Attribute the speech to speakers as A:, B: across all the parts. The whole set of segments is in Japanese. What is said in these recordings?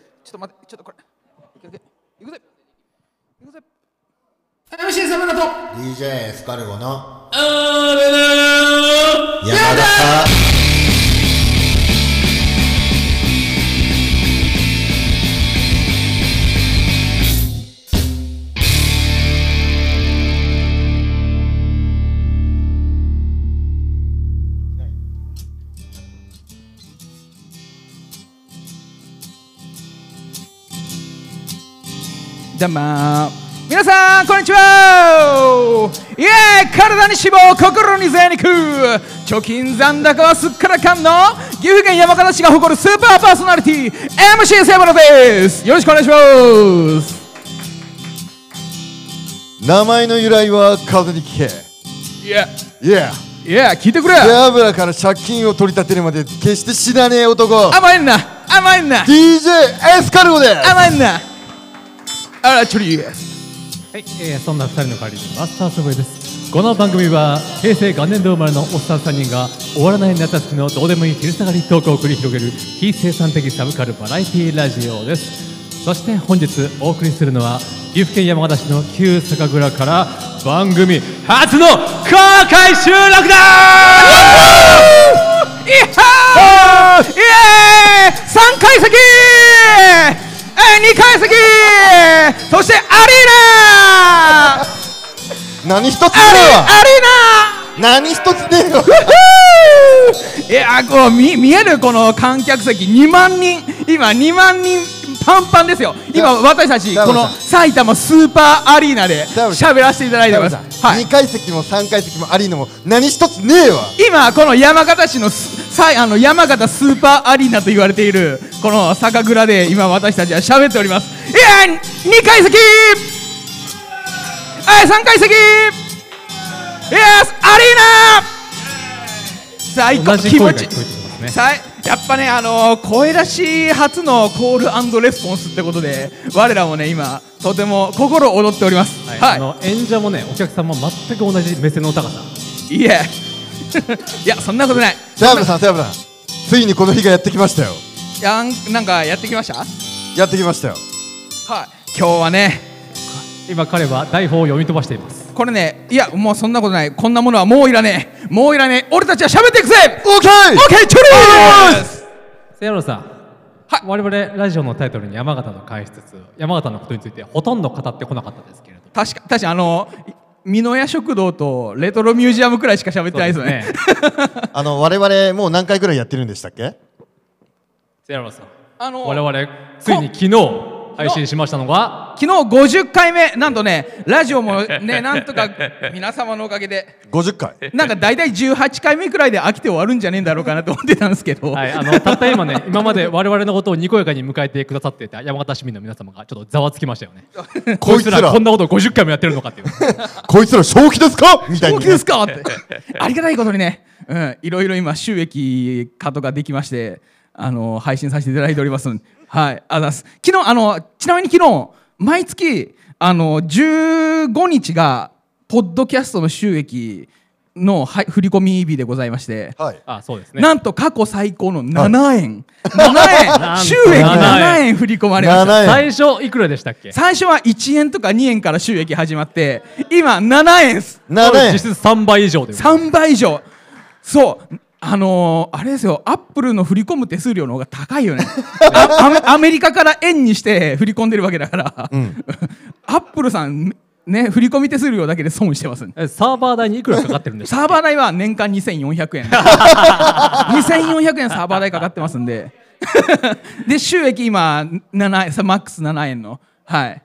A: っと待ってちょっとこれいけいけいくぜいくぜ
B: MC サムナと
C: DJ エスカルゴの
B: あれだ
C: 山田
A: どうも皆さんこんにちはいえ体に脂肪心に贅肉貯金残高はすっからかんの岐阜県山形市が誇るスーパーパーソナリティ MC セブラですよろしくお願いします
C: 名前の由来は風に聞け
A: いや
C: いや
A: いや聞いてくれ
C: 背脂から借金を取り立てるまで決して死なねえ男
A: 甘えんな甘えんな
C: DJ エスカルゴです
A: 甘えんなあらチョリー
D: はい、えー、そんな二人の代わりにマスターソブイですこの番組は平成元年度生まれのおっさん3人が終わらない夏休みのどうでもいい昼下がりトークを繰り広げる非生産的サブカルバラエティラジオですそして本日お送りするのは岐阜県山形市の旧酒蔵から番組初の公開収録だ
A: いはーイエーイ3階席えー2階席そしてアリーナ
C: 何一つねえわ
A: ア
C: 何一つねえわ
A: リーナいやこう見見えるこの観客席2万人今2万人パンパンですよ今
C: だ
A: 私たち
C: だ
A: こ
C: ぶさん
A: の埼玉スーパーアリーナで
C: だぶさ
A: 喋らせていただいてますはい
C: 2階席も3階席もありのも何一つねえわ
A: 今この山形市のすさいあの山形スーパーアリーナと言われているこの酒蔵で今私たちは喋っておりますいや2階席はい3階席イエスアリーナ最
D: 同
A: 高
D: じ
A: 気持
D: 声が聞こえてき
A: ち
D: ますね
A: さいやっぱねあのー声出し初のコールレスポンスってことで我らもね今とても心躍っております
D: はい、
A: はい
D: あの演者もねお客さんも全く同じ目線の高さ
A: いえいやそんなことない
C: セブラさんセブラさんついにこの日がやってきましたよ
A: やんなんかやってきました
C: やってきましたよ
A: はい、今日はね、
D: 今彼は台本を読み飛ばしています
A: これね、いや、もうそんなことない、こんなものはもういらねえ、もういらねえ、俺たちは喋っていくぜ
C: オーケ
A: オ
C: ー
A: ッケー、チョリース
D: セヤロさん、
A: はい
D: 我々ラジオのタイトルに山形の返しつつ山形のことについてほとんど語ってこなかったですけれど
A: 確か、確かにあの、美濃屋食堂とレトロミュージアムくらいしか喋ってないですよね。
D: そうです
C: あの我々もう何回くらいやってるんでしたっけ
D: セヤロさん
A: あの
D: 我々ついに昨日配信しましたのが
A: 昨日50回目、なんとね、ラジオも ね、なんとか皆様のおかげで、
C: 50回
A: なんか大体18回目くらいで飽きて終わるんじゃねえんだろうかなと思ってたんですけど、
D: はい、あのたった今ね今まで我々のことをにこやかに迎えてくださっていた山形市民の皆様がちょっとざわつきましたよね
C: こ
D: こ
C: い
D: い
C: つ
D: つ
C: ら
D: らこんなことを50回もやってるのかっていう
C: こいつら正気ですかみたい
A: 大
C: に
A: きいですかって ありがたいことにね、うん、いろいろ今収益化とかできましてあの配信させていただいておりますのではいあざっす昨日あのちなみに昨日毎月あの15日がポッドキャストの収益の、はい、振り込み日でございまして、
C: はい
D: あそうですね
A: なんと過去最高の7円、7
D: なん
A: 円
D: と
A: 収益7円振り込まれました
C: 7円
D: 最初いくらでしたっけ
A: 最初は1円とか2円から収益始まって今7円っす
C: 7円
D: 実質3倍以上で
A: 3倍以上そうあのーあれですよアップルの振り込む手数料の方が高いよ ねあアメアメリカから円にして振り込んでるわけだから、 アップルさんね振り込み手数料だけで損してますね
D: えサーバー代にいくらかかってるんです
A: サーバー代は年間2400円 2400円サーバー代かかってますんで で収益今7円さマックス7円のはい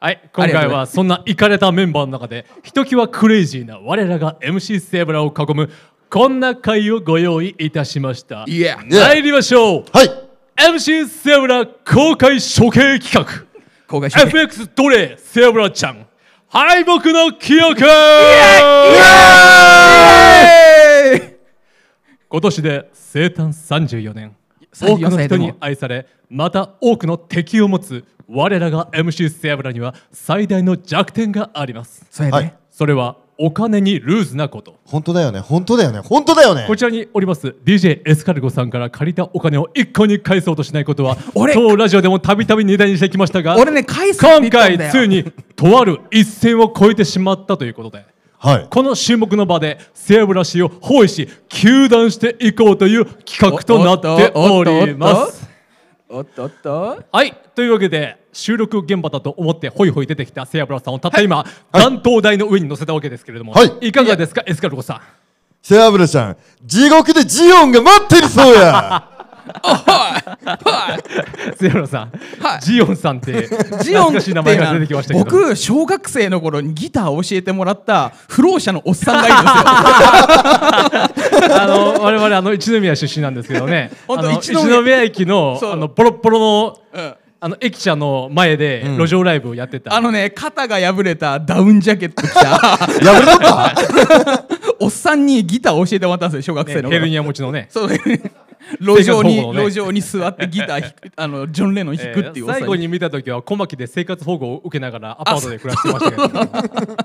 D: はい、今
A: ありがとうご
D: 回
A: ざいま
D: はそんなイカれたメンバーの中でひときわクレイジーな我らが MC セーブラを囲むこんな回をご用意いたしました
A: いや
D: 参りましょう
C: はい。
D: MC セーブラ公開処刑企画
A: 公開収益
D: FX 奴隷セーブラちゃん敗北の記憶今年で生誕34年多く
A: 34
D: の
A: 歳で
D: 人
A: も
D: に愛されまた多くの敵を持つ我らが MC セーブラには最大の弱点があります
A: それで、
C: はい
D: それはお金にルーズなこと
C: 本当だよね本当だよね本当だよね
D: こちらにおります DJ エスカルゴさんから借りたお金を一向に返そうとしないことは
A: 俺
D: 当ラジオでもたびたび値段にしてきましたが
A: 俺ね返すって言った
D: 今
A: ん
D: 回
A: だよ
D: ついにとある一線を越えてしまったということで
C: はい
D: この注目の場でセーブラシを包囲し糾弾していこうという企画となっております
A: おっとおっと
D: はいというわけで収録現場だと思ってホイホイ出てきたセーブラさんをたった今、断頭台の上に乗せたわけですけれども、
C: はい
D: いかがですかエスカルゴさん
C: 背脂ちゃん地獄でジオンが待ってるそう や
D: ゼロさん、
A: はい
D: ジオンさ んって
A: ジオン
D: 懐か
A: っ
D: し
A: い
D: てい
A: う
D: 名
A: の
D: 前が出てきま
A: は
D: したけど
A: 僕小学生の頃にギターを教えてもらった不老者のおっさんがいるんですよ
D: あの我々あの一宮出身なんですけどね
A: 本
D: あ
A: 当
D: の
A: 一
D: 一
A: 宮
D: 宮駅の
A: そう
D: あのボロッボロの、
A: うん
D: あの駅舎の前で路上ライブをやってた、
A: あのね肩が破れたダウンジャケット着た
C: 破れとった
A: おっさんにギターを教えてもらったんですよ小学
D: ね
A: 生の
D: ヘル
A: 頃
D: ニア持ちのね
A: そう路上に
D: 生活保護のね
A: 路上に座ってギター弾くあのジョン・レノン弾くっていうお
D: え
A: っさん
D: ー最後に見た時は小牧で生活保護を受けながらアパートで暮らしてましたけど、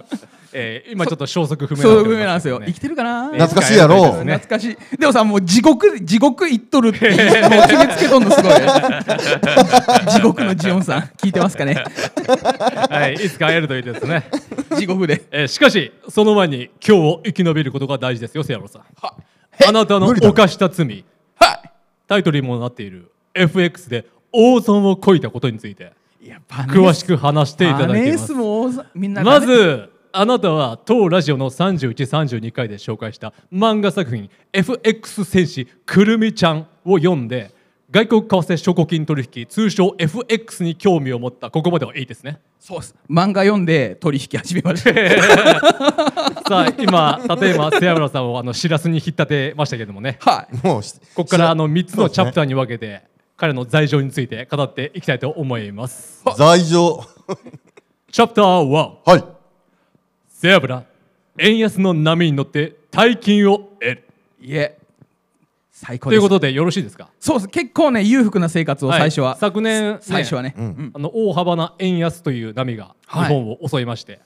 D: えー今ちょっと消息不明
A: そう不明なんですよ
D: けど
A: 生
D: ね
A: きてるかな
C: ね懐かしいやろ
D: えー
A: 懐かしいでもさもう地獄地獄行っとるっていう もう決めつけとんのす ごい地獄のジオンさん聞いてますかね
D: はい、いつか会えるといいですね
A: 地獄で
D: えーしかしその前に今日を生き延びることが大事ですよセアロさんあなたの
C: 無理だろ
D: 犯した罪
A: は
D: タイトルにもなっている FX で大損をこいたことについて
A: いいやバネ
D: 詳しく話していただ
A: バ
D: き
A: ネ
D: ま
A: ース
D: す
A: も大ざみんなが
D: ま
A: ね
D: ずあなたは当ラジオの3132回で紹介した漫画作品「FX 戦士くるみちゃん」を読んで外国為替証拠金取引通称 FX に興味を持ったここまではいいですね
A: そうっす漫画読んで取引始めました
D: さあ今例えば瀬村さんをあのしらすに引っ立てましたけどもね
A: はい
C: もうし
D: ここからあの3つのチャプターに分けて彼の罪状について語っていきたいと思います。
C: 罪状
D: チャプター1
C: はい
D: セアブラ円安の波に乗って大金を得る
A: いえ最高
D: と
A: です
D: いうことでよろしいですか
A: そうっす結構ね裕福な生活を
D: はい
A: 最初は、
D: 昨年ね
A: 最初はね、
D: あの大幅な円安という波が日
A: はい
D: 本を襲いまして、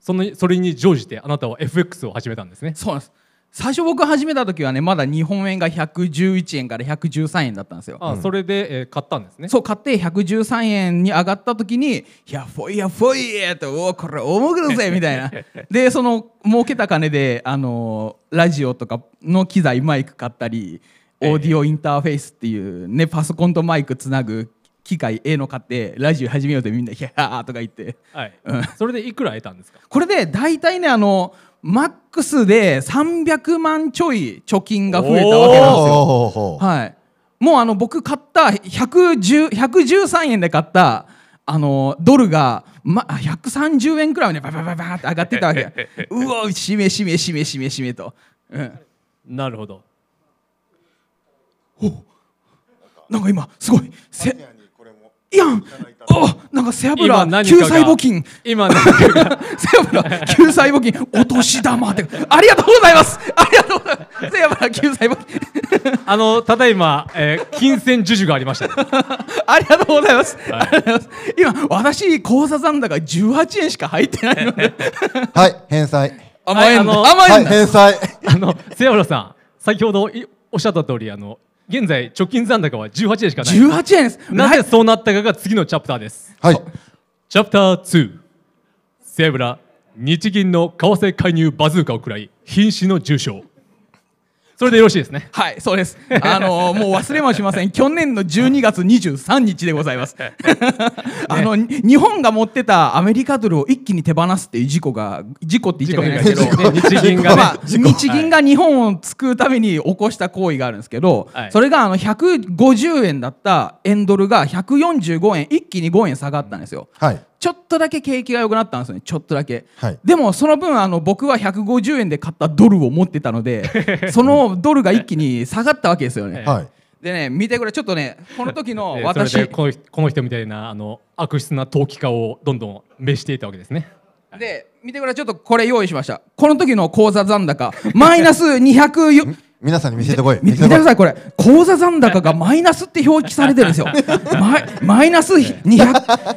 D: そのそれに乗じてあなたは FX を始めたんですね。
A: そうなんです最初僕始めた時はねまだ日本円が111円から113円だったんですよ
D: あそれで、えー買ったんですね。
A: そう買って113円に上がった時に「やっほいやっほい!」って「おおこれ重くる ぜ」みたいなでその儲けた金であのラジオとかの機材マイク買ったりオーディオインターフェースっていうねパソコンとマイクつなぐ機械ええの買ってラジオ始めようってみんな「ひゃー」とか言って
D: はい
A: うん。
D: それでいくら得たんですか。
A: これで大体ねあのマックスで300万ちょい貯金が増えたわけなんですよ。
C: おー
A: はい、もうあの僕買った110 113円で買ったあのドルが、ま、あ130円くらいまでババババーって上がってたわけ うおしめしめしめしめしめと、うん、
D: なるほど。
A: なんか今すごいせいやんおなんか背
D: 今
A: 脂
D: 何か
A: 救
D: が
A: 済募金
D: 今何かが
A: 背脂救済募金お年玉ってありがとうございますありがとうございます背脂救済募金
D: あのただいま、えー金銭授受がありましたね、
A: ありがとうございます、
D: はい
A: ありがとうございます今私口座残高18円しか入ってないので
C: はい返済
A: 甘えんな、
D: はいあ
A: 甘
D: の
A: え
C: は
A: ん
C: い
A: な、
C: 返済
D: あの瀬原さん先ほどいおっしゃった通りあの現在貯金残高は18円しかない
A: 18円です
D: な
A: 来
D: ぜそうなったかが次のチャプターです
C: はい
D: チャプター2セブラ日銀の為替介入バズーカを食らい瀕死の重傷それでよろしいですね
A: はいそうですあのーもう忘れもしま せん去年の12月23日でございますあのに日本が持ってたアメリカドルを一気に手放すっていう事故が事故って言っちゃいけないんですけど
D: 事故ね 日銀がね
A: まあ日銀が日本を救うために起こした行為があるんですけど、
D: はい
A: それがあの150円だった円ドルが145円一気に5円下がったんですよ、
C: はい
A: ちょっとだけ景気が良くなったんですよねちょっとだけ、
C: はい
A: でもその分あの僕は150円で買ったドルを持ってたの でそのドルが一気に下がったわけですよね、
C: はい
A: でね見てこれちょっとねこの時の
D: えー
A: 私
D: それでこのこの人みたいなあの悪質な投機家をどんどん召していたわけですね
A: で見てこれちょっとこれ用意しましたこの時の口座残高マイナス200よ
C: 皆さんに見せてこい
A: 見
C: 見
A: 見て
C: せて
A: く
C: こい
A: ださいこれ口座残高 がマイナスって表記されてるんですよマイマイナス200
D: って、
A: はい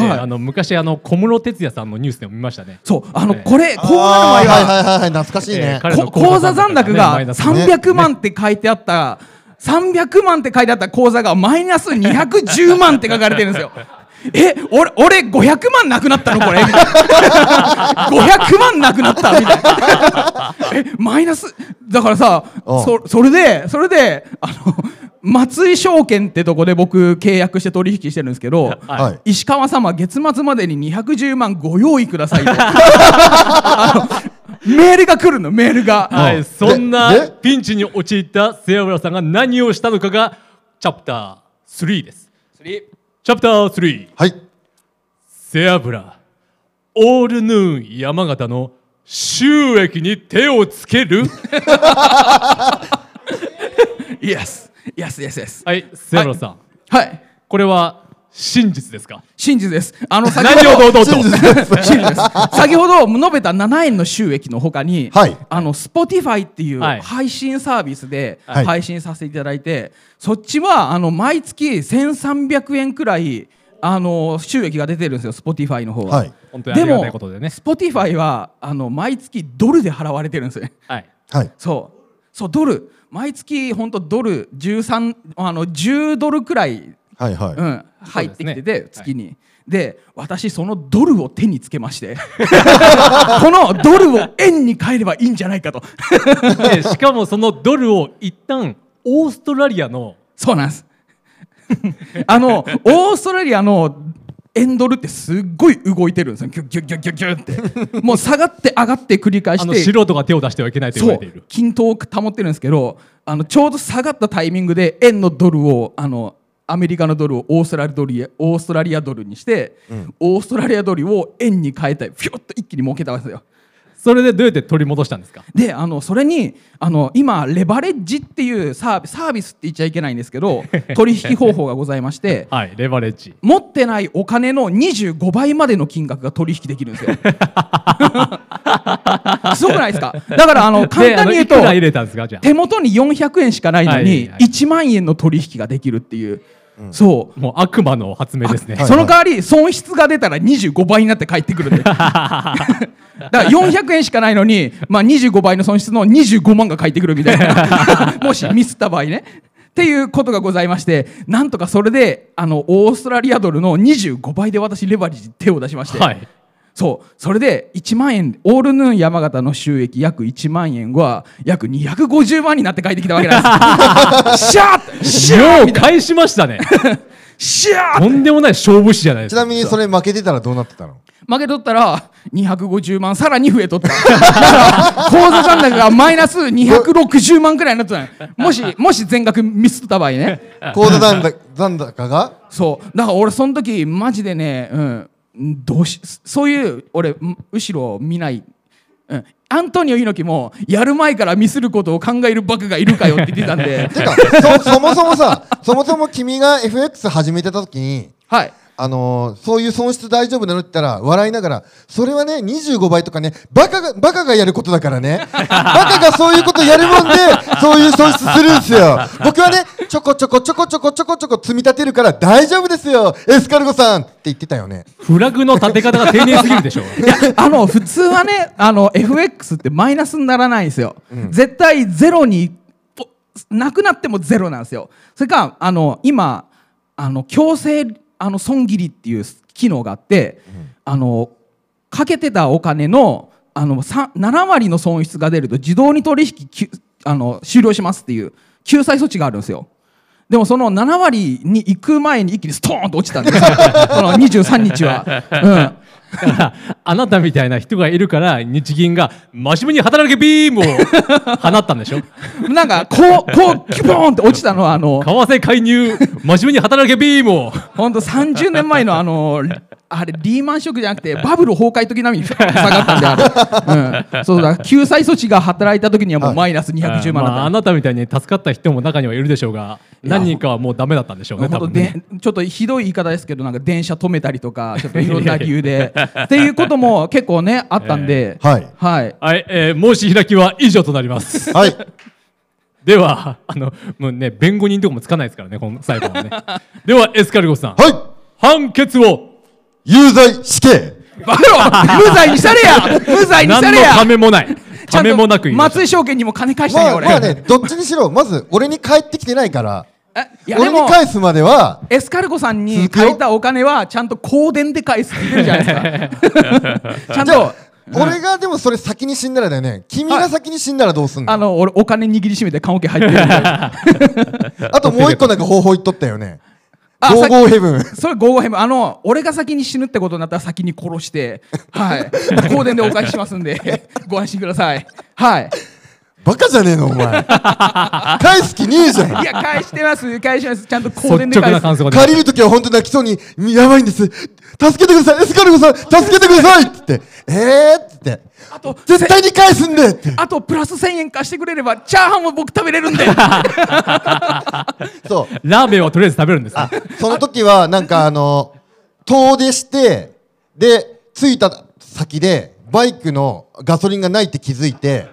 D: あの昔あの小室哲哉さんのニュースでも見ましたね。
A: そうあの
D: ええ
A: これこうなの場合
C: あー
A: は
C: はいはいはい、懐かしい
D: えー
C: ね。
D: 彼の
A: こ口座残
D: 残
A: 高が
D: 高がねマイナスね
A: 300万って書いてあった、300万って書いてあった口座がマイナス210万って書かれてるんですよ。え俺俺500万なくなったのこれ 500万なくなったみたいなえマイナスだからさ
C: うん
A: そそれでそれであの松井証券ってとこで僕契約して取引してるんですけど、
C: はい
A: 石川様月末までに210万ご用意くださいとあのメールが来るのメールが、
D: はい、そん
C: で
D: な
C: で
D: ピンチに陥ったセアブラさんが何をしたのかがチャプター3です。チャプター3
C: はい。
D: セアブラオールヌーン山形の収益に手をつける
A: イエスイエスイエスイエス
D: はいセアブラさん、
A: はい
D: これは真実ですか
A: 真実ですあの先
D: 何
A: ほ
D: を
A: ど
C: 真
D: 堂々と
C: 実です。
A: 真実です 先ほど述べた7円の収益のほかに、
C: はい
A: あの Spotify っていう
D: はい
A: 配信サービスで
C: はい
A: 配信させていただいて、そっちはあの毎月1300円くらいあの収益が出てるんですよ Spotify の方は。
C: はい。
D: 本当にありがたいことでね
A: Spotify はあの毎月ドルで払われてるんですよね。
D: はい
C: はい。
A: そうそうドル毎月本当ドル13あの10ドルくらい、
C: はいはい。
A: うん、入ってきてて、
D: はい
A: 月に。で私そのドルを手につけまして このドルを円に変えればいいんじゃないかと
D: でしかもそのドルを一旦オーストラリアの
A: そうなんです あのオーストラリアの円ドルってすっごい動いてるんですよギュッギュッギュッギュッギュッってもう下がって上がって繰り返
D: あ
A: し
D: の
A: て
D: 素人が手を出してはいけないと言わ
A: そ
D: れ
A: う
D: ている
A: 均等を保ってるんですけどあのちょうど下がったタイミングで円のドルをあのアメリカのドルをオーストラリアドルやオーストラリアドルにして、オーストラリアドルを円に変えてピュッと一気に儲けたわけですよ。
D: それでどうやって取り戻したんですか
A: であのそれにあの今レバレッジっていうサービサービスって言っちゃいけないんですけ ど取引方法がございまして
D: はいレバレッジ
A: 持ってないお金の25倍までの金額が取引できるんで すよ。すごくないですかだからあの簡単に言うと
D: であのいくら入れたんですかじゃあ
A: 手元に400円しかないの
D: はい
A: に
D: はい
A: 1万円の取引ができるっていう、そう。
D: もう悪魔の発明ですね
C: あはい
A: その代わり損失が出たら25倍になって返ってくる んでだから400円しかないのに、まあ、25倍の損失の25万が返ってくるみたいな もしミスった場合ねっていうことがございましてなんとかそれであのオーストラリアドルの25倍で私レバレッジ手を出しまして、
D: はい
A: そうそれで1万円オールヌーン山形の収益約1万円は約250万になって返ってきたわけなんですシャーッシャー
D: よ
A: ッ
D: う
A: みたいな
D: 返し ましたね
A: シャーッ
D: とんでもない勝負師じゃないで
C: ち
D: すか
C: なみにそれ負けてたらどうなってたの
A: 負け取ったら250万さらに増えとっただ から口座残高がマイナス260万くらいになってたのもしもし全額ミスった場合ね
C: 口座残高残高 が
A: そうだから俺その時マジでねうんどうしそういう俺ん後ろを見ない、うん、アントニオ猪木もやる前からミスることを考えるバカがいるかよって言ってたんで
C: てかそ、そもそもさ、そもそも君が FX 始めてた時に、
A: はい
C: あのーそういう損失大丈夫なのって言ったら、笑いながら、それはね、25倍とかね、バカが、バカがやることだか らね。バカがそういうことやるもんで、そういう損失するんですよ。僕はね、ちょこちょこちょこちょこちょこちょこ積み立てるから大丈夫ですよ、エスカルゴさんって言ってたよね。
D: フラグの立て方が丁寧すぎるでしょ
A: いやあの普通はねあの FX ってマイナスにならないんですよ、絶対ゼロにぽなくなってもゼロなんですよそれかあの今あの強制あの損切りっていう機能があって、あのかけてたお金のあのさ7割の損失が出ると自動に取引きあの終了しますっていう救済措置があるんですよでもその7割に行く前に一気にストーンと落ちたんですよ その23日は、うん、
D: だから あなたみたいな人がいるから日銀が真面目に働けビ ームを放ったんでしょ
A: なんかこうこうキュポーンって落ちたのはあの
D: 為替介入真面目に働けビームを
A: 本当30年前のあのあれリーマンショックじゃなくてバブル崩壊時並みに 下がったんであれ、うん、そうだ救済措置が働いた時にはもうマイナス210万
D: まあ、
A: だ
D: あ
A: っ
D: なたみたいに助かった人も中にはいるでしょうが何人かはもうダメだったんでしょう
A: た
D: ね多
A: 本当
D: 分ね
A: でちょっとひどい言い方ですけどなんか電車止めたりとかちょっといろ んな理由でっていうことも結構ねあったんで、
C: ええはい
A: はい、
D: はい、えー、申し開きは以上となります
C: はい。
D: ではあのもうね弁護人とかもつかないですからねこの裁判はねではエスカルゴさん
C: はい
D: 判決を
C: 有罪死刑
A: バカ野郎無罪にしたれや無罪にした
D: 何
A: れ
D: の
A: や
D: ためもない。
A: ちゃ
D: た
A: んと
D: めもなく言いました
A: 松井証券にも金返した
C: ま
A: よ
C: あ
A: 俺、
C: まあね、どっちにしろ、まず俺に返ってきてないから、
A: えいやで
C: 俺に
A: も
C: 返すまでは、
A: エスカルゴさんに
C: 続くよ
A: 借りたお金はちゃんと香典で返すって言ってるじゃないです かちゃん
C: じゃあ
A: と、
C: 俺がでもそれ先に死んだらだよね、君が先に死んだらどうすんの、
A: あの俺お金握りしめて棺桶入ってるんで
C: あともう一個なんか方法言っとったよね。
A: あ
C: ゴ
A: さ
C: ー
A: っき
C: ゴーヘブ ン。
A: それゴーゴーヘムあの俺が先に死ぬってことになったら先に殺してはい 香典でお返ししますんで ご安心くださいはい
C: バカじゃねえの お前。返す気ねえじゃん
A: い。や返してます返しますちゃんと香典で
D: 率直
A: 返
D: な感
A: す
D: 想が出ま
C: 借りるときは本当に泣きそうに、やばいんです。助けてくださいエスカルゴさん助けてくださいって言って、えーって
A: あと
C: 言って、絶対に返すんで って。
A: あとプラス1000円貸してくれればチャーハンも僕食べれるん で
C: そう。
D: ラーメンはとりあえず食べるんですね。
C: その時は、なんかあの、遠出して、で、着いた先で、バイクのガソリンがないって気づいて、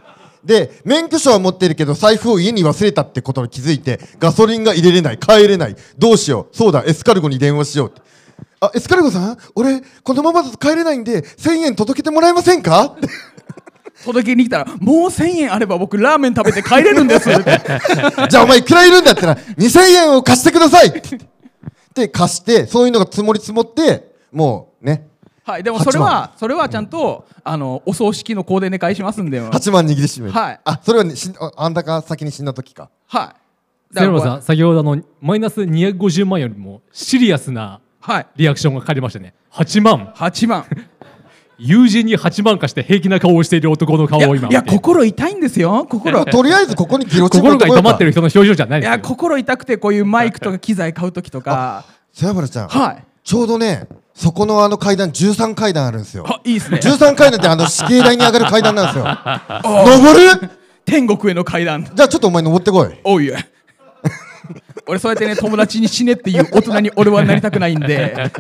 C: で、免許証は持ってるけど、財布を家に忘れたってことに気づいて、ガソリンが入れれない、帰れない、どうしよう、そうだ、エスカルゴに電話しようって。あ、エスカルゴさん俺、このままだと帰れないんで、1000円届けてもらえませんかって。
A: 届けに来たらもう1000円あれば僕ラーメン食べて帰れるんです
C: じゃあお前いくらいるんだったら2000円を貸してくださいって貸して、そういうのが積もり積もって、もうね、
A: はい、でもそれは、それはちゃんと、あの、お葬式の香典で返しますんで。はい。
C: 8万握りしめる。
A: はい
C: あ、それはね、しんああんたが先に死んだ時か。
A: だ
D: セ
A: から
D: ロさん、先ほどあの、マイナス250万よりもシリアスな
A: はい。
D: リアクションが借りましたね。8万。
A: 8万。
D: 友人に8万貸して平気な顔をしている男の顔
A: いや
D: を今
A: いや、心痛いんですよ。心。い
C: とりあえずここにギロチン
D: 心が痛まって
C: る。
D: る人の表情じゃないです
A: や、
D: よ。
A: 心痛くて、こういうマイクとか機材買うときとか。
C: セラバラちゃん、
A: はい。
C: ちょうどね、そこのあの階段、13階段あるんですよ。
A: あ、いいですね。
C: 13階段ってあの死刑台に上がる階段なんです よ。登る
A: 天国への階段。
C: じゃあちょっとお前登ってこい。
A: おい や。俺そうやってね友達に死ねっていう大人に俺はなりたくないんで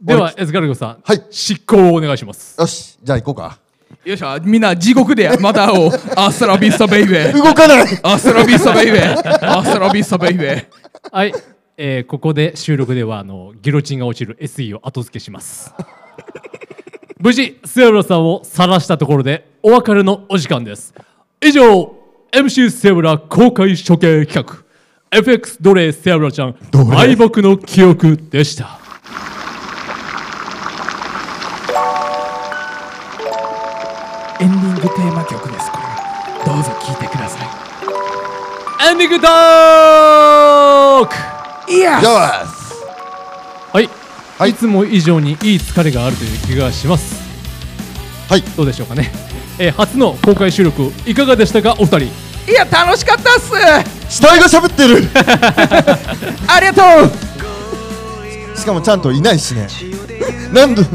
D: では、エスカルゴさん、
C: はい
D: 執行をお願いします。
C: よし、じゃあ行こうか。
A: よいしょみんな地獄でまた会おうアストラビスタベイベー
C: 動かない
A: アストラビスタベイベーアストラビスタベイベー
D: はい、えーここで収録ではあのギロチンが落ちる SE を後付けし ます無事セブラさんを晒したところでお別れのお時間です以上 MC セブラ公開処刑企画 FX 奴隷セブラちゃん敗北の記憶でした
A: エンディングテーマ曲ですこれどうぞ聴いてくださ
D: エンディングトーク
A: いいや
C: よし
D: はい、い、つも以上にいい疲れがあるという気がします
C: はい
D: どうでしょうかね、えー初の公開収録いかがでしたかお二人
A: いや楽しかったっす
C: 死体が喋ってる
A: ありがと
C: しかもちゃんといないしね。なんで
A: う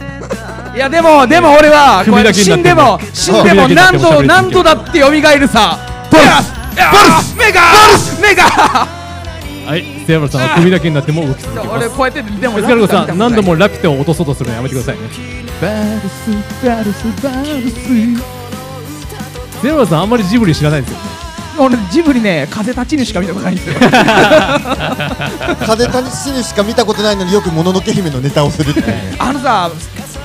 A: いやでもでも俺は
D: 首だけに
A: 死
D: なっ
A: ん
D: て
A: で
D: る
A: も死んでも
D: 首だ
A: 何
D: けになって
A: 度
D: る
A: 何度だって蘇るさ
C: バルス
A: いやメガメガ
D: はい、セヤブラさんは首だけになっても動き続けます
A: 俺こうやってでも
D: エスカルゴさん、何度もラピュタを落とそうとするのやめてくださいね
A: バルスバルスバルス
D: セヤブラさん、あんまりジブリ知らないんですよね
A: 俺ジブリね風立ちぬしか見たことないんですよ
C: 風谷氏にしか見たことないのによくもののけ姫のネタをするっていうね。
A: あのさ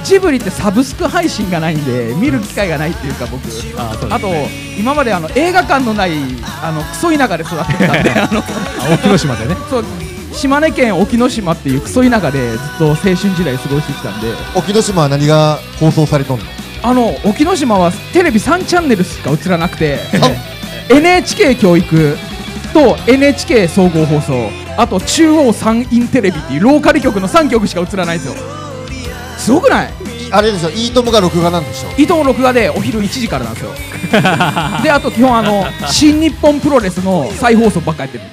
A: ジブリってサブスク配信がないんで見る機会がないっていうか僕
D: あそうで
A: あ
D: す
A: と
D: ね
A: 今まであの映画館のないあのクソ田舎で育ってきた んであの
D: あ沖ノ島でね
A: そう島根県沖ノ島っていうクソ田舎でずっと青春時代過ごしてきたんで
C: 沖ノ島は何が放送されとんの
A: あの沖ノ島はテレビ3チャンネルしか映らなくて
C: あ
A: NHK 教育と NHK 総合放送あと中央三院テレビっていうローカル局の3局しか映らないんですよすごくない
C: あれでしょ、いいともが録画なんでしょ。
A: 伊藤録画でお昼1時からなんです よであと基本あの新日本プロレスの再放送ばっかやってる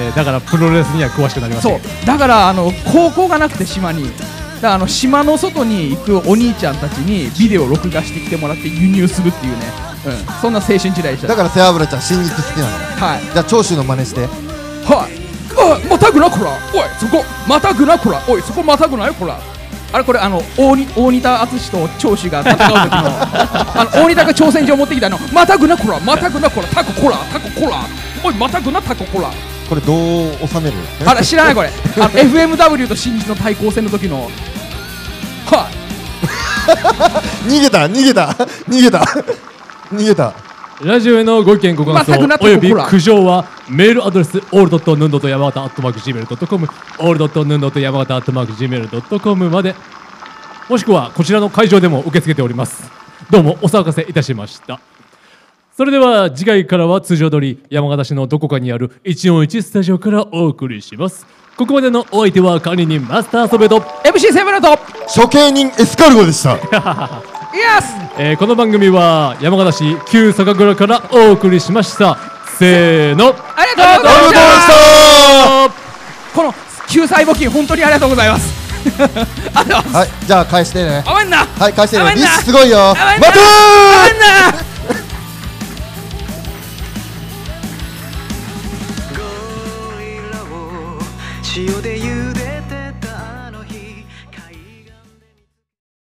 D: えーだからプロレスには詳しくなりません
A: そうだからあの高校がなくて島にだからあの島の外に行くお兄ちゃんたちにビデオを録画してきてもらって輸入するっていうね、うん、そんな青春時代でした
C: だから背脂ちゃん、新日好きなの。
A: はい
C: じゃあ、長州の真似して。
A: はいおいまたぐなこらおいそこまたぐなこらおいそこまたぐなよこらあれこれあの大に大仁田淳と長州が戦う時の あの大仁田が挑戦状持ってきたのまたぐなこらまたぐなこらタコこらタコこらおいまたぐなタコこら
C: これどう収める
A: あら知らないこれあ の FMW と新日の対抗戦の時のは
C: 逃げた逃げた 逃げた逃げた
D: ラジオへのご意見ご感想
A: まあなくなった
D: および
A: ほら
D: 苦情はメールアドレスオールドットヌンドと山形アットマーク Gmail.com オールドットヌンドと山形アットマーク Gmail.com までもしくはこちらの会場でも受け付けておりますどうもお騒がせいたしましたそれでは次回からは通常通り山形市のどこかにある141スタジオからお送りしますここまでのお相手は管理人マスターソベド
A: MC セブラと
C: 処刑人エスカルゴでし
A: イ
C: た
A: エス
D: えーこの番組は山形市旧酒蔵からお送りしましたせーの
A: ありがとうございました
D: あ
A: この救済募金本当にありがとうございます ありがとうございます
C: はいじゃあ返してね
A: あわんな
C: はい返して
A: あわ
C: ね
A: ん
C: リ
A: な
C: スすごいよ
A: あわんな
C: 待てー
A: あわんな